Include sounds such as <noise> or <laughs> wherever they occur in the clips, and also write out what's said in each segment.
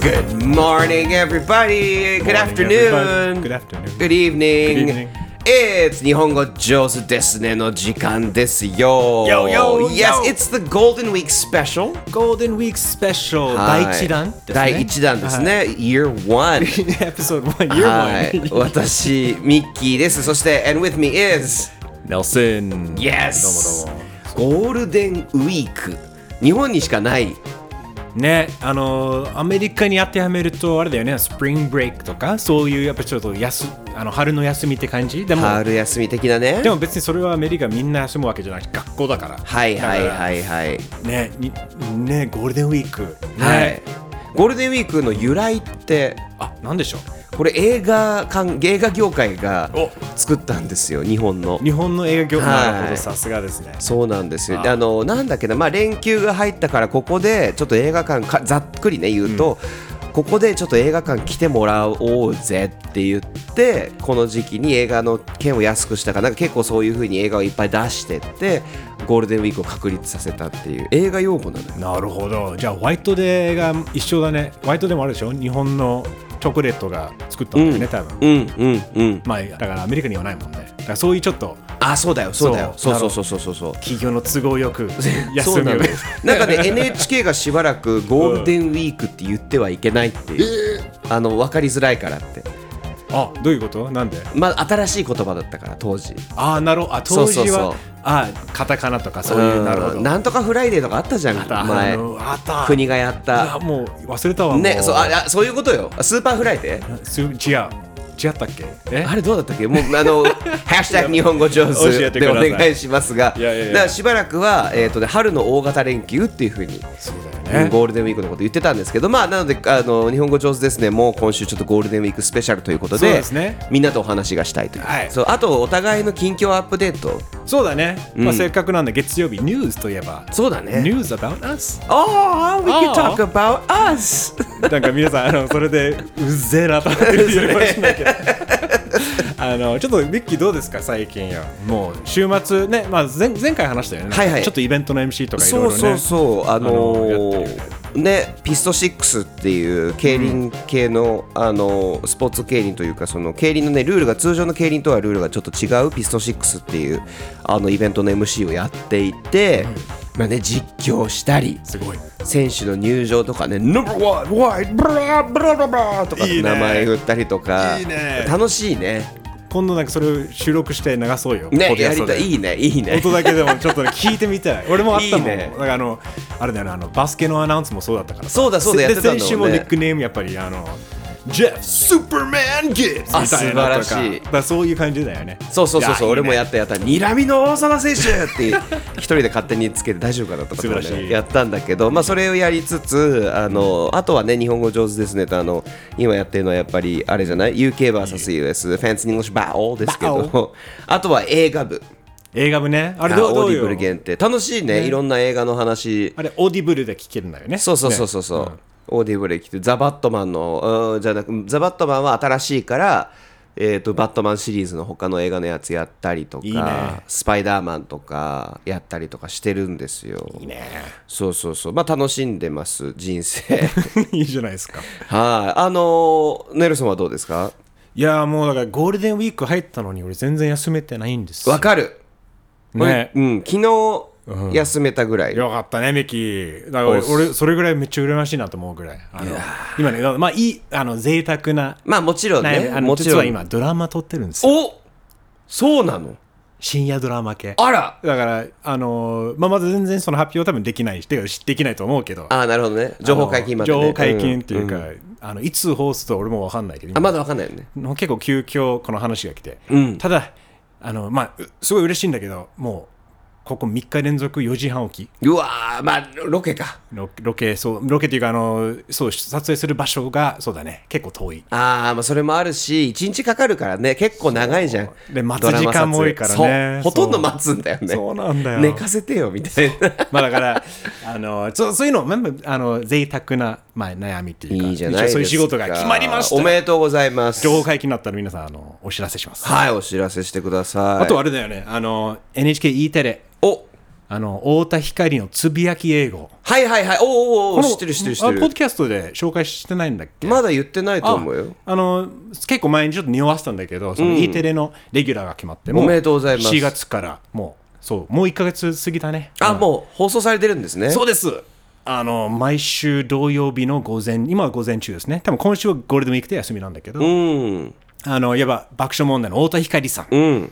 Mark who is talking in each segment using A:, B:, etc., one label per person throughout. A: Good morning, everybody. Good,
B: morning,
A: afternoon.
B: everybody. Good afternoon.
A: Good evening.
B: Good evening.
A: It's 日本語上手ですねの時間ですよ。
B: Yo, yo,
A: yes,
B: yo.
A: it's the Golden Week special.
B: ゴールデンウィークスペシャル第1弾ですね。
A: 第一弾ですね。Year one.
B: はい。エピソード1、Year
A: はい、
B: 1。
A: 私ミッキーです。そして and with me is
B: ネルソン。
A: yes.
B: どうもどうも。
A: ゴールデンウィーク。日本にしかない。
B: ね、あの、アメリカに当てはめると、あれだよね、スプリングブレイクとか、そういう、やっぱちょっとやすあの春の休みって感じ。でも、
A: 春休み的なね
B: で。も別にそれはアメリカみんな休むわけじゃない。学校だから。。
A: はいはいはいいはい。
B: ね、にね、ゴールデンウィーク。ね、
A: はい。ゴールデンウィークの由来って
B: あ、なんでしょう。
A: これ映画関映画業界が
B: お
A: 作ったんですよ日本の
B: 日本の映画業界、
A: はい
B: なるほど、さすがですね。
A: そうなんですよ
B: あ
A: であのなんだっけな、まあ、連休が入ったからここでちょっと映画館かざっくりね言うと、ここでちょっと映画館来てもらおうぜって言ってこの時期に映画の券を安くしたからなんか結構そういう風に映画をいっぱい出してってゴールデンウィークを確立させたっていう映画用語なのよ
B: なるほど。じゃあ、ホワイトデーが一緒だね。ホワイトデーもあるでしょ日本のチョコレートが作ったんだよね、多分。
A: うんうんうん
B: まあ、だからアメリカにはないもんね。だからそういうちょっと
A: あそうだよそうだよ
B: そう
A: そうそうそうそうそう
B: 企業の都合よ
A: <laughs>
B: く
A: そ
B: 休
A: うな
B: む
A: の。なんかね NHK がしばらくゴールデンウィークって言ってはいけないっていう、あの分かりづらいからって
B: <laughs> あ、どういうことなんで
A: まあ新しい言葉だったから当時
B: ああ、なるほど。あ、
A: そ
B: 当
A: うそう
B: 時
A: そう
B: は、あカタカナとかそういう、なるほ
A: う
B: ど。
A: んなんとかフライデーとかあったじゃん
B: たあ
A: 前
B: のあった
A: 国がやった
B: あもう忘れたわ。も
A: ねそうああそういうことよスーパーフライデー
B: す違う。違ったっけえ
A: あれどうだったっけもうあ
B: <laughs>
A: の「ハッシュタグ日本語上
B: 教
A: 手」
B: えて
A: で
B: く
A: お
B: ださい
A: 願いしますが
B: いやいやいや
A: だからしばらくは、えーとね、春の大型連休っていうふうに
B: そうだよね。
A: ゴールデンウィークのこと言ってたんですけど、まあ、なのであの日本語上手ですね、もう今週ちょっとゴールデンウィークスペシャルということで、
B: そうですね
A: みんなとお話がしたいという、
B: はい
A: そうあとお互いの近況アップデート、
B: そうだね。ま
A: う
B: あ、
A: ん
B: せっかくなんで、月曜日、ニュースといえば、
A: そうだね
B: ニュース about us。
A: Oh, we can talk
B: Oh.
A: about us!
B: <laughs> なんか皆さん、あのそれでうっぜえなと思ってるかもしれないけど。あのちょっとミッキーどうですか最近よもう週末ね、まあ、前前回話したよね、
A: はいはい
B: ちょっとイベントの MC <laughs> とかいろい
A: そ
B: ろ
A: う
B: ね
A: そうそう、あのー
B: あのやってるよ
A: ね、ピスト6っていう競輪系の、あのースポーツ競輪というかその競輪の、ね、ルールが通常の競輪とはルールがちょっと違うピスト6っていうあのイベントの MC をやっていて、まあね、実況したり
B: すごい
A: 選手の入場とかね「ナンバーワンワイブラブラブラブラ」とかって
B: いいね
A: 名前振ったりとか
B: いいね
A: 楽しいね。
B: 今度なんかそれを収録して流そうよ
A: ね
B: ポッドキ
A: や
B: ャス
A: り
B: ト
A: た
B: で
A: いいいねいいね。
B: 音だけでもちょっとね聞いてみた
A: <laughs>
B: い俺もあったもん
A: いいね
B: だからあのあれだよねあのバスケのアナウンスもそうだったから
A: そうだそうだやってたんだもんね
B: で選手もニックネームやっぱりあのジェフ・スーパーマン・ギブス
A: あ
B: みたいなとか
A: 素晴らしい
B: だからそういう感じだよね
A: そうそうそうそう
B: いや
A: 俺も
B: いいね
A: やったやった「にらみの王様選手!」 <laughs> って一人で勝手につけて大丈夫かなとか
B: 素晴らしい
A: ねやったんだけど、まあ、それをやりつつあのあとはね「日本語上手ですね」とあの今やってるのはやっぱりあれじゃない UKVSUS ファンス・ニングシュバオですけ
B: バ
A: ど <laughs> あとは映画部
B: 映画部ねあ
A: あ
B: れどうど
A: オー
B: う
A: ディブ
B: よ
A: ル限定楽しいねいろんな映画の話
B: あれオーディブルで聞けるんだよね
A: そうそうそう
B: ね
A: そうそう、オーディブル来てザ・バットマンのうんじゃなくザ・バットマンは新しいから、えー、とバットマンシリーズの他の映画のやつやったりとか
B: いいね
A: スパイダーマンとかやったりとかしてるんですよ
B: いいね
A: <laughs> そうそうそうまあ楽しんでます人
B: <laughs>
A: 生
B: いいじゃないですか
A: はいあのーネルソンはどうですか
B: いやーもうだからゴールデンウィーク入ったのに俺全然休めてないんですよ
A: わかる、これ
B: ね
A: うん昨日休めたぐらい、
B: よかったね、ミキー。だから俺、
A: おっ
B: 俺それぐらいめっちゃ羨ましいなと思うぐらい。あの今ね、まあ、いい、あの、贅沢な、
A: まあもちろんね
B: ね、あの
A: もち
B: 実
A: ろ
B: は
A: ん
B: 今、ドラマ撮ってるんですよ。
A: おそうなの
B: 深夜ドラマ系。
A: あら
B: だから、あのーまあ、まだ全然その発表は多分できないし、てか、できないと思うけど。
A: ああなるほどね情報解禁まで、ね、
B: あの情報解禁っていううんか、あのいつ放送と俺もわかんないけど、
A: あまだわかんないよね
B: もう結構急遽この話が来て、
A: ん
B: ただあの、まあ、うすごい嬉しいんだけどもうここ3日連続4時半起き
A: うわーまあロケか
B: ロロケそうロケっていうかあのそう撮影する場所がそうだね結構遠い
A: あーまあそれもあるし1日かかるからね結構長いじゃん
B: そうで待つ
A: ドラマ撮影
B: 時間も多いからね
A: そう
B: そう
A: ほとんど待つんだよね
B: そうなんだよ
A: 寝かせてよみたいな
B: まあだから <laughs> あのそうそういうの全部あの贅沢な、まあ、悩みっていう
A: <laughs>
B: か
A: いいじゃないですか
B: そういう仕事が決まりました
A: おめでとうございます
B: 情報解禁になったら皆さんあのお知らせします、
A: はいお知らせしてください
B: あとあれだよねあの NHKE テレ
A: お
B: ああの太田光のつぶやき英語
A: はいはいはいおーおーお
B: こ
A: ー
B: の
A: 知ってる知ってる知って
B: あポッ
A: る
B: ドキャストで紹介してないんだっけ
A: まだ言ってないと思うよ
B: ああの結構前にちょっと匂わせたんだけど、その E テレのレギュラーが決まって、も
A: おめでとうございます
B: 4月から、もう、そう、もう1ヶ月過ぎたね。
A: あもう放送されてるんですね
B: そうです。あの、毎週土曜日の午前、今は午前中ですね。多分今週はゴールデンウィークで休みなんだけど、
A: うん
B: あの、いわば爆笑問題の太田光さん
A: うん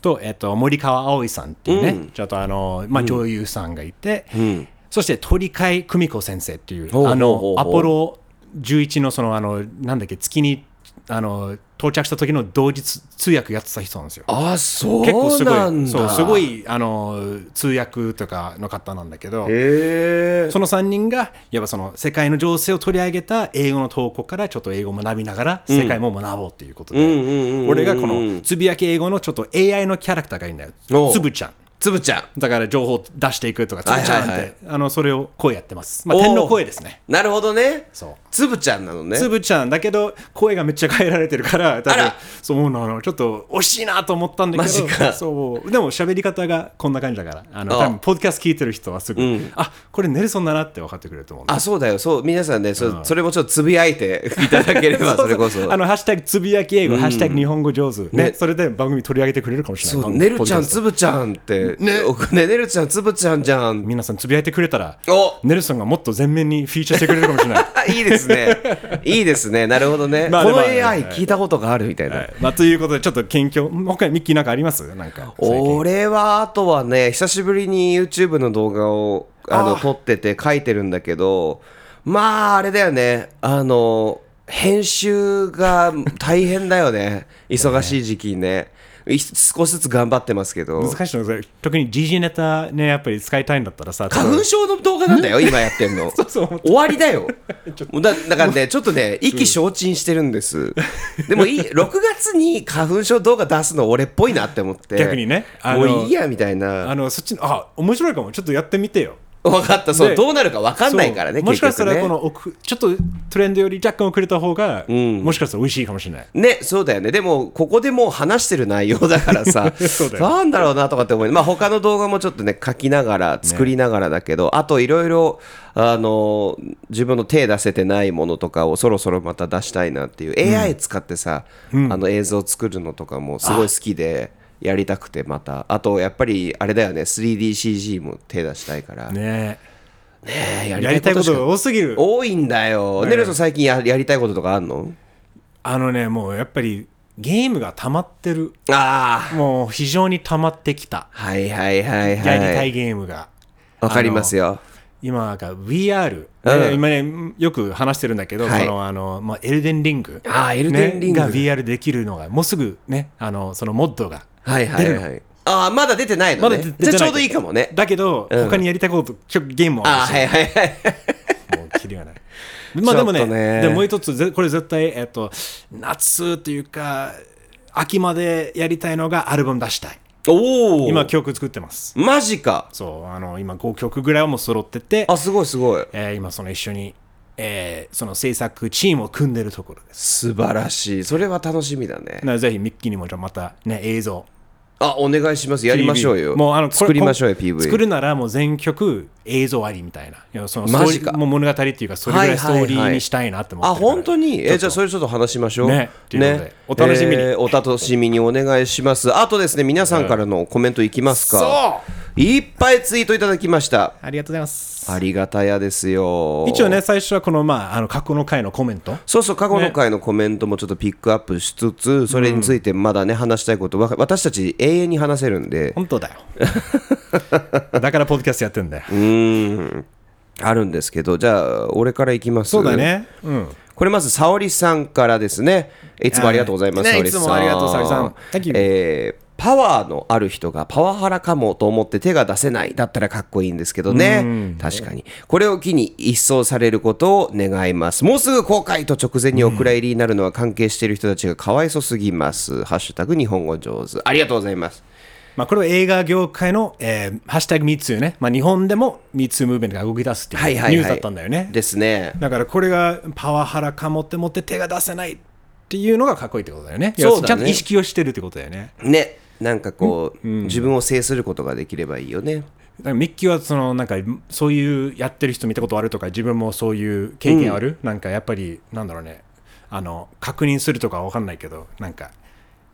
B: と、えっと、森川葵さんっていうね、ちょっとあの、まあ、女優さんがいて、
A: ん
B: そして鳥飼久美子先生っていう、
A: ほうほう
B: あ
A: ほうほう、
B: のアポロ11のその、あの、なんだっけ、月に、あの、到着した時の同時通通訳やってた人なんですよ。
A: あそう
B: 結構すご
A: なん
B: い、
A: だ
B: そう、すごい、あの、通訳とかの方なんだけど、
A: へえ
B: <laughs> その3人が、いわばその世界の情勢を取り上げた英語の投稿からちょっと英語を学びながら世界も学ぼうっていうことで、
A: うんうんうんうん
B: 俺がこのつぶやき英語のちょっと AI のキャラクターがいるんだ
A: お
B: よ。
A: う
B: つぶちゃん。
A: つぶちゃん
B: だから情報を出していくとか、つぶちゃんって、
A: はいはいはい
B: あのそれを声やってます。まあ、
A: おう
B: 天の声ですね。
A: なるほどね
B: そう
A: つぶちゃんなのね
B: つぶちゃんだけど声がめっちゃ変えられてるから多
A: あ
B: 分
A: ら
B: そうなのちょっと惜しいなと思ったんだけど
A: マジか
B: そうでも喋り方がこんな感じだからあの
A: あ
B: 多分ポッドキャスト聞いてる人はすぐ、あこれネルソンだなって分かってくれると思うんだ
A: あそうだよそう皆さんねそそれもちょっとつぶやいて <laughs> いただければそれこそ
B: <laughs> あのハッシュタグつぶやき英語、ハッシュタグ日本語上手、ね
A: ね
B: それで番組取り上げてくれるかもしれない
A: そう
B: 番
A: ねるちゃ
B: ポッドキャ
A: ん
B: スト
A: つぶちゃんってねねねるちゃんつぶちゃんじゃん
B: 皆さんつぶやいてくれたら
A: お
B: ネルソンがもっと全面にフィーチャーしてくれるかもし
A: <laughs>
B: れない、
A: あいいですねいいですねなるほどね、
B: まあ
A: この
B: でも
A: AI 聞いたことがあるみたいな、
B: はいまあ、ということでちょっと近況他にミッキーなんかありますなんか最近
A: 俺はあとはね久しぶりに YouTube の動画をあの
B: あ
A: 撮ってて書いてるんだけどまああれだよねあの編集が大変だよ
B: <laughs>
A: ね忙しい時期にねい少しずつ頑張ってますけど
B: 難しいのが特に GG ネタねやっぱり使いたいんだったらさ
A: 花粉症の動画なんだよ今やってんの
B: う <laughs> そう思っ
A: 終わりだ
B: <laughs>
A: よもうだだからねちょっとね意気消沈してるんですでもいい6月に花粉症動画出すの俺っぽいなって思って
B: <laughs> 逆にねあの
A: もういいやみたいな
B: あのそっちのあ面白いかもちょっとやってみてよ
A: 分かったそう
B: で
A: どうなるか分かんないからね
B: そうもしかしたら
A: 結
B: こ
A: 局ね
B: の奥ちょっとトレンドより若干遅れた方が、もしかしたら美味しいかもしれない
A: ね、そうだよねでもここでもう話してる内容だからさ
B: <laughs> そうだよ
A: なんだろうなとかって思いまあ他の動画もちょっとね書きながら作りながらだけど、あといろいろあの自分の手出せてないものとかをそろそろまた出したいなっていう、AI 使ってさ、あの映像作るのとかもすごい好きでやりたくてまたあとやっぱりあれだよね 3DCG も手出したいから、
B: ね
A: ねえ
B: えやりたいこ
A: し
B: と
A: か
B: が多すぎる
A: <laughs> 多いんだよ、ネルソン最近ややりたいこととかあんの
B: あのねもうやっぱりゲームが溜まってる
A: ああ
B: もう非常に溜まってきた
A: はいはいはいは
B: やり
A: い
B: たいゲームが、
A: わかりますよ
B: 今なんか VR、ね
A: うん
B: 今ねよく話してるんだけど、
A: はい
B: そのあのまあ、エルデンリング
A: あーエルデンリング
B: ねが VR できるのがもうすぐねあのそのモッドが
A: はいはいはいああまだ出てないのね
B: まだ出て
A: じゃあ
B: 出て
A: ち
B: な
A: ょ
B: いう
A: どいいかもね
B: だけど、
A: うん
B: 他にやりたいことちょゲームも
A: ああ
B: あるし
A: はいはいはい
B: もうキリがない <laughs> まあでも
A: ちょ
B: ね
A: っとね
B: でもう一つぜこれ絶対、えっと、夏というか秋までやりたいのがアルバム出したい
A: おお
B: 今曲作ってます
A: マジか
B: そうあの今5曲ぐらいはもう揃ってて
A: あすごいすごい
B: えー今その一緒に、えーその制作チームを組んでるところです。
A: 素晴らしいそれは楽しみだね
B: なのでぜひミッキーにもじゃあまたね映像
A: あお願いしますやりましょうよ
B: PV もうあのこれ
A: 作りましょうよ
B: こん作
A: PV
B: るならもう全曲映像ありみたいな。いやその
A: マ
B: ス
A: ジ
B: トー
A: か
B: リーもう物語っていうかそれぐらいストー
A: は
B: リ
A: いはい
B: ー
A: は
B: に
A: い
B: したいなって思
A: あ
B: ってるから
A: 本当にえじゃあそれちょっと話しましょう
B: ねということでお楽しみに
A: えーお楽しみにお願いしますあとですね皆さんからのコメントいきますか
B: そう
A: いっぱいツイートいただきました
B: ありがとうございます。
A: ありがたやですよ。
B: 一応ね最初はこのまああの過去の回のコメント。
A: そうそう過去の回のコメントもちょっとピックアップしつつ、それについてまだね話したいことわ私たち永遠に話せるんで
B: 本当
A: <laughs>
B: だよ。だからポッドキャストやってんだよ。
A: うーんあるんですけどじゃあ俺からいきます
B: そうだね。うん。
A: これまず沙織さんからですねいつもありがとうございます、
B: ね
A: 沙織さん
B: いつもありがとう沙織さん Thank you
A: えーパワーのある人がパワハラかもと思って手が出せないだったらかっこいいんですけどね確かにこれを機に一掃されることを願いますもうすぐ後悔と直前にお蔵入りになるのは関係している人たちがかわいそすぎます「ハッシュタグ日本語上手」ありがとうございます
B: まあ、これは映画業界の、えーハッシュタグ MeToo ね、まあ、日本でも MeToo ムーブメントが動き出すっていう
A: はい
B: ニ
A: はいはい
B: ュースだったんだよね。
A: ですね
B: だからこれがパワハラかもって持って手が出せないっていうのがかっこいいってことだよね。
A: そうだね
B: ちゃんと意識をしてるってことだよね。
A: ねなんかこう、自分を制することができればいいよね
B: なんかミッキーはそのなんかそういうやってる人見たことあるとか自分もそういう経験ある、なんかやっぱりなんだろうねあの確認するとかわかんないけどなんか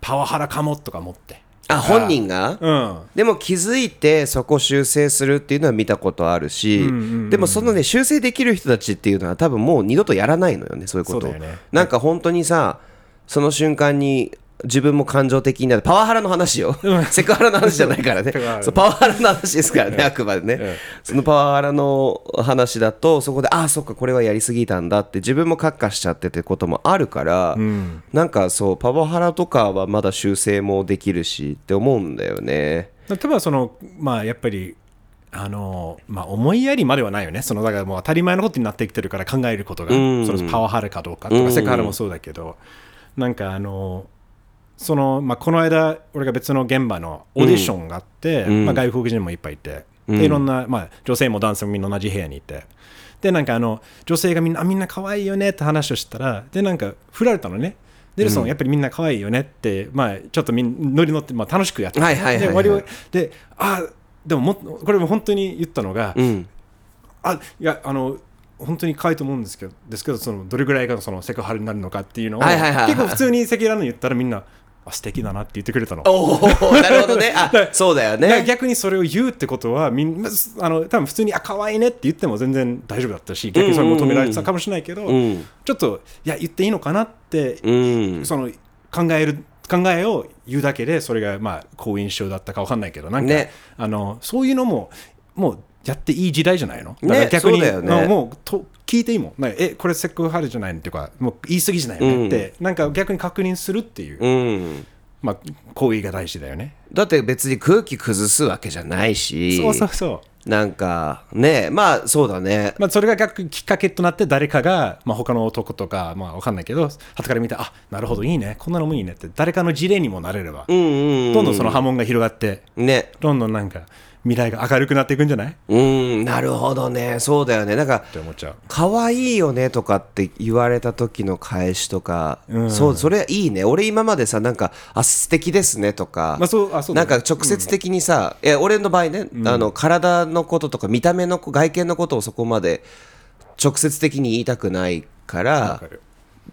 B: パワハラかもとか思って
A: あ本人が
B: うん
A: でも気づいてそこ修正するっていうのは見たことあるし、でもそのね修正できる人たちっていうのは多分もう二度とやらないのよねそういうこと
B: そう
A: を
B: だよね
A: なんか本当にさその瞬間に自分も感情的になるパワハラの話よ、セクハラの話じゃないからね
B: <laughs> そうセクハラ
A: そうパワハラの話です
B: <laughs>
A: からね、あくまでね、そのパワハラの話だとそこでああそっかこれはやりすぎたんだって自分もカッカしちゃってってこともあるから、なんかそうパワハラとかはまだ修正もできるしって思うんだよね
B: 例えばそのまあやっぱりあのまあ思いやりまではないよねそのだからもう当たり前のことになってきてるから考えることが、
A: うん
B: そのパワハラかどうかとか、
A: うん
B: セクハラもそうだけどなんかあのその、まあ、この間俺が別の現場のオーディションがあって、
A: ん
B: まあ、外国人もいっぱいいて、でいろんな、まあ、女性も男性もみんな同じ部屋にいてでなんかあの女性がみんなあみんな可愛いよねって話をしたらでなんか振られたのねでそのやっぱりみんな可愛いよねって、まあ、ちょっとみんノリ乗って、まあ、楽しくやって
A: はいはいはいはい
B: で割をであでももっとこれも本当に言ったのが、
A: うん
B: あいやあの本当に可愛いと思うんですけどですけどそのどれぐらいがそのセクハラになるのかっていうのを、
A: はいはいはいはい
B: 結構普通に赤裸々に言ったらみんなあ素敵だなって言ってくれたの。
A: おおなるほどねあそうだよ
B: だから
A: ね
B: 逆にそれを言うってことはみんあの多分普通にあ可愛いねって言っても全然大丈夫だったし逆にそれも止められてたかもしれないけど、
A: うん
B: ちょっといや言っていいのかなって
A: うん
B: その考える考えを言うだけでそれがまあ好印象だったかわかんないけどなんか、
A: ね
B: あのそういうのももうやっていい時代じゃないの
A: ね
B: だから逆に、
A: そうだよね
B: もうと聞いていいもんなんかえこれセクハラじゃないのっていうかもう言い過ぎじゃないの、ねってなんか逆に確認するっていう、
A: うん
B: まあ、行為が大事だよね。
A: だって別に空気崩すわけじゃないし
B: そうそうそう
A: なんかねまあそうだね
B: まあ、それが逆にきっかけとなって誰かが、まあ、他の男とか、まあ、わかんないけど後から見てあなるほどいいねこんなのもいいねって誰かの事例にもなれれば、
A: うんうん
B: どんどんその波紋が広がって
A: ね
B: どんどんなんか未来が明るくなっていくんじゃないっ
A: うんなるほどねそうだよねなんか
B: て思っちゃう。
A: 可愛いよねとかって言われた時の返しとか、そうそれいいね俺今までさなんかあ素敵ですねとか、
B: まあそうあそうだ
A: な
B: ね
A: んか直接的にさ、いや俺の場合ね、あの体のこととか見た目のこ外見のことをそこまで直接的に言いたくないから
B: かる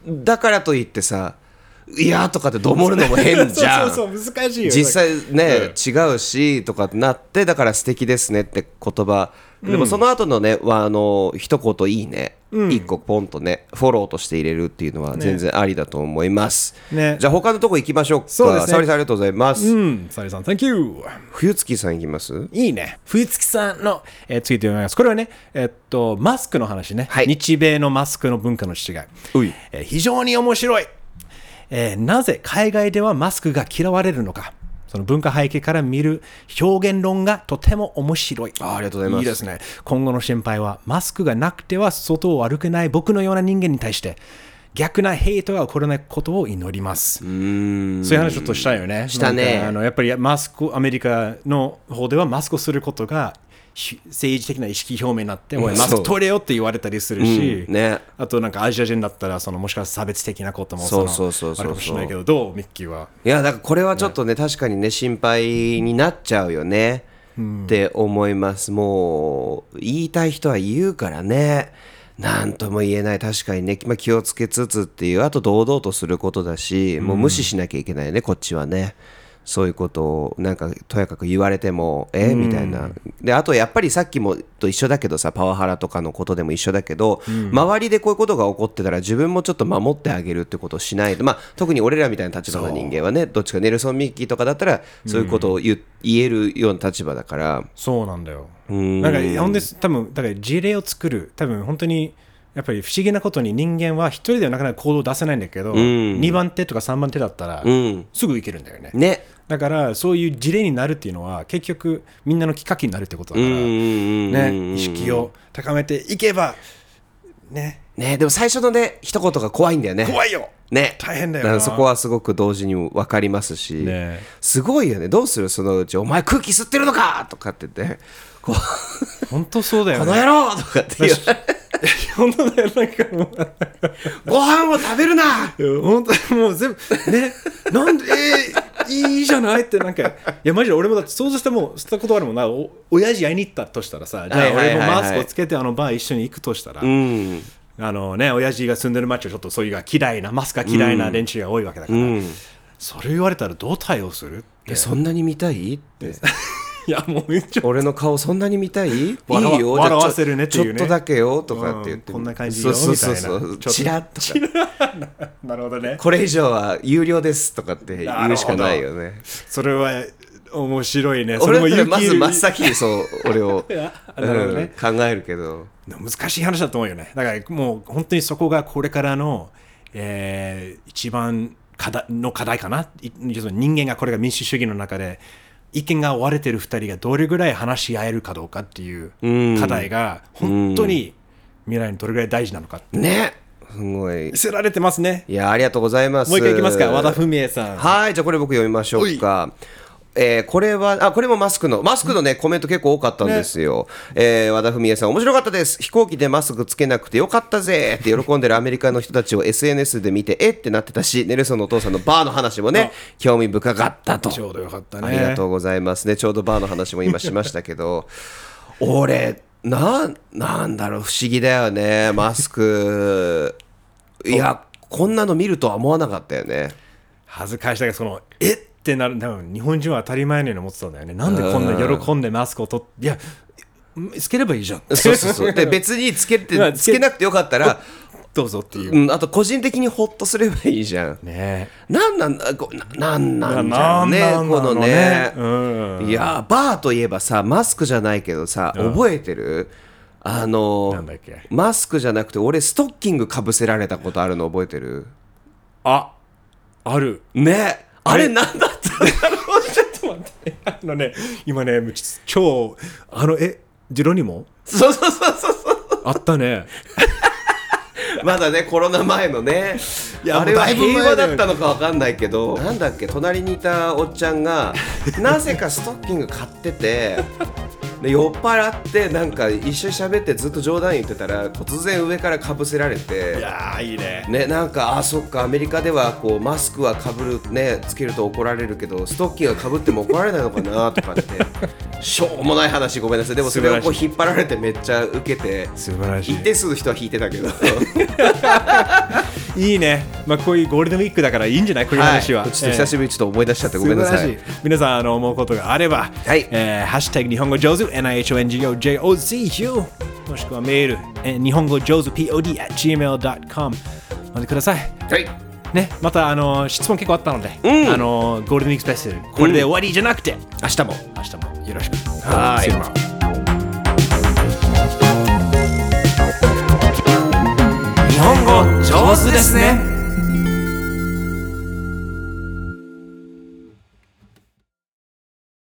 A: だからといってさ「いや」とかってどもるのも変じゃん
B: <laughs> そうそうそう難しいよ。
A: 実際ね
B: う、
A: 違うしとかってなってだから素敵ですねって言葉でもその後のねはあの一言いいね、一個ポンとねフォローとして入れるっていうのは全然ありだと思います、
B: ね
A: じゃあ他のとこ行きましょうか
B: そうですね
A: 沙織さんありがとうございます、
B: うん、サリさん、Thank you!
A: 冬月さん行きます
B: いいね。冬月さんの、えー、次でお願いします。これはね、えっと、マスクの話ね。
A: はい
B: 日米のマスクの文化の違
A: う
B: い。
A: い
B: えー非常に面白い、えーなぜ海外ではマスクが嫌われるのか。その文化背景から見る表現論がとても面白い。
A: あありがとうございます
B: いいですね。今後の心配は、マスクがなくては外を歩けない僕のような人間に対して、逆なヘイトが起こらないことを祈ります。そういう話ちょっとしたよね。
A: したね
B: なんかあのやっぱりマスク、アメリカの方ではマスクをすることがひ政治的な意識表明になって、おいマス
A: そ
B: ク
A: う
B: 取れよって言われたりするし、
A: うんね
B: あとなんかアジア人だったらそのもしかしたら差別的なことも
A: そう
B: の
A: そうそうそうそう
B: あるかもしれないけど、どうミッキーは。
A: いやだからこれはちょっとね確かにね心配になっちゃうよね、って思いますもう言いたい人は言うからね何とも言えない確かにね、まあ、気をつけつつっていうあと堂々とすることだしもう無視しなきゃいけないよねこっちはねそういうことをなんかとやかく言われてもえみたいなであとやっぱりさっきもと一緒だけどさパワハラとかのことでも一緒だけど、周りでこういうことが起こってたら自分もちょっと守ってあげるってことをしないと、まあ、特に俺らみたいな立場の人間はねどっちかネルソン・ミッキーとかだったらそういうことを言,、言えるような立場だから
B: そうなんだよ。
A: ん
B: なんか、ほんです、多分だから事例を作る、多分本当に、やっぱり不思議なことに人間は一人ではなかなか行動を出せないんだけど、
A: ん
B: 2番手とか3番手だったら、
A: うん
B: すぐいけるんだよね。
A: ね
B: だから、そういう事例になるっていうのは、結局、みんなのきっかけになるってことだから、ね、意識を高めていけば、ね、
A: ねでも最初のね一言が怖いんだよね
B: 怖いよ
A: ね
B: 大変だよな
A: からそこはすごく同時に分かりますし、
B: ね
A: すごいよねどうするそのうち「お前空気吸ってるのか!」とかって言ってこう
B: 本当そうだ
A: 「こ
B: よ
A: の
B: ね。
A: 野郎!」とかって言う
B: 本当だよ、なんかもう。
A: 「ご飯を食べるな!
B: いや本当にもう全部ねなんでえーいいじゃないってなんかいやマジで俺もだって想像したもんしたことあるもんなお親父会いに行ったとしたらさじゃあ
A: はいはいはい
B: 俺も
A: はい
B: マスクをつけてあのバー一緒に行くとしたら、
A: うん
B: あのね親父が住んでる街はちょっとそういうが嫌いなマスクが嫌いな連中が多いわけだから、
A: うん
B: それ言われたらどう対応するって
A: えそんなに見たいって
B: いやもう一応
A: 俺の顔そんなに見たいいいよ
B: わ
A: じ
B: らわ
A: ゃあちょ
B: 笑わせるねっていうね
A: ちょっとだけよとかって言って、
B: うんこんな感じ
A: そ
B: よ
A: うそうそうそ
B: みたいな
A: う
B: ちょっと
A: チラッとか
B: なるほどね
A: これ以上は有料ですとかって言うしかないよね
B: それは面白いねそれ
A: 俺
B: も
A: だったらまず真っ
B: 勇
A: 先にそう俺 <laughs> を、
B: 気いやな
A: う
B: るほどね、
A: ん、考えるけど
B: でも難しい話だと思うよね。だからもう本当にそこがこれからの、えー一番課題の課題かな。い要するに人間がこれが民主主義の中で意見が追われてる2人がどれぐらい話し合えるかどうかっていう
A: うん
B: 課題が本当に未来にどれぐらい大事なのかって。
A: ねすごい
B: 見せられてますね。
A: いやありがとうございます
B: もう一回いきますか。和田文江さん。
A: はい、じゃあこれ僕読みましょうか。えーこれは、あ、これもマスクの、マスクのね、コメント結構多かったんですよ。えー和田文也さん、面白かったです。飛行機でマスクつけなくてよかったぜって喜んでるアメリカの人たちを SNS で見て、えってなってたし、ネルソンのお父さんのバーの話もね、興味深かったと。
B: ちょうどよかったね。
A: ありがとうございますね。ちょうどバーの話も今しましたけ
B: <laughs>
A: ど、俺、なん、なんだろう、不思議だよね。マスク、いや、こんなの見るとは思わなかったよね。
B: 恥ずかしいだけどそのえってなる多分日本人は当たり前のように思ってたんだよねなんでこんな喜んでマスクを取っていやつければいいじゃん
A: そうそうそう。で、別につけ
B: まあ
A: て、
B: つ
A: つ
B: け
A: けなくてよかったら、
B: <laughs> どうぞっていう
A: うん、あと個人的にほっとすればいいじゃん。
B: ね
A: なんなんだ、こななんなんじ
B: な
A: ゃ
B: ん
A: んね、
B: なんだ
A: こ
B: ろう
A: の
B: ね
A: ね。
B: うん
A: いやー、バーといえばさ、マスクじゃないけどさ、覚えてるあの
B: なんだっけ
A: マスクじゃなくて、俺、ストッキングかぶせられたことあるの覚えてる
B: あある
A: ねあれ、なんだった
B: あのちょっと待ってあのね今ねうち超あのえジロニモ
A: そうそうそうそうそう。
B: あったね
A: <laughs> まだね、コロナ前のね、
B: いや
A: あれは
B: もうだいぶ前
A: 平
B: だよ
A: 和だったのかわかんないけど、なんだっけ、隣にいたおっちゃん <laughs> が、なぜかストッキング買ってて、で酔っ払って、なんか一緒に喋ってずっと冗談言ってたら、突然上からかぶせられ
B: <laughs> い
A: て。
B: やーいいね
A: ね、なんかあそっかアメリカではこうマスクはかぶる、ね、つけると怒られるけどストッキングはかぶっても怒られないのかなとかってしょうもない話ごめんなさいでもそれをこう引っ張られてめっちゃ受けて
B: 素晴らし
A: 一定数の人は引いてたけど。
B: いいいねまあこういうゴールデンウィークだからいいんじゃないこういう話は、
A: い、ちょっと久しぶりにちょっと思い出しちゃってごめんなさい。
B: 素晴らし皆さんあの思うことがあれば、
A: はい
B: えーハッシュタグ日本語上手 NIHONGOJOZU もしくはメール、えー日本語上手 POD at gmail.com までください
A: はい、
B: ね、またあの質問結構あったので、あのゴールデンウィークスペシャルこれで終わりじゃなくて、
A: 明日も。
B: 明日もよろしく
A: はい
B: See you tomorrow.
A: Hongo, 上手ですね。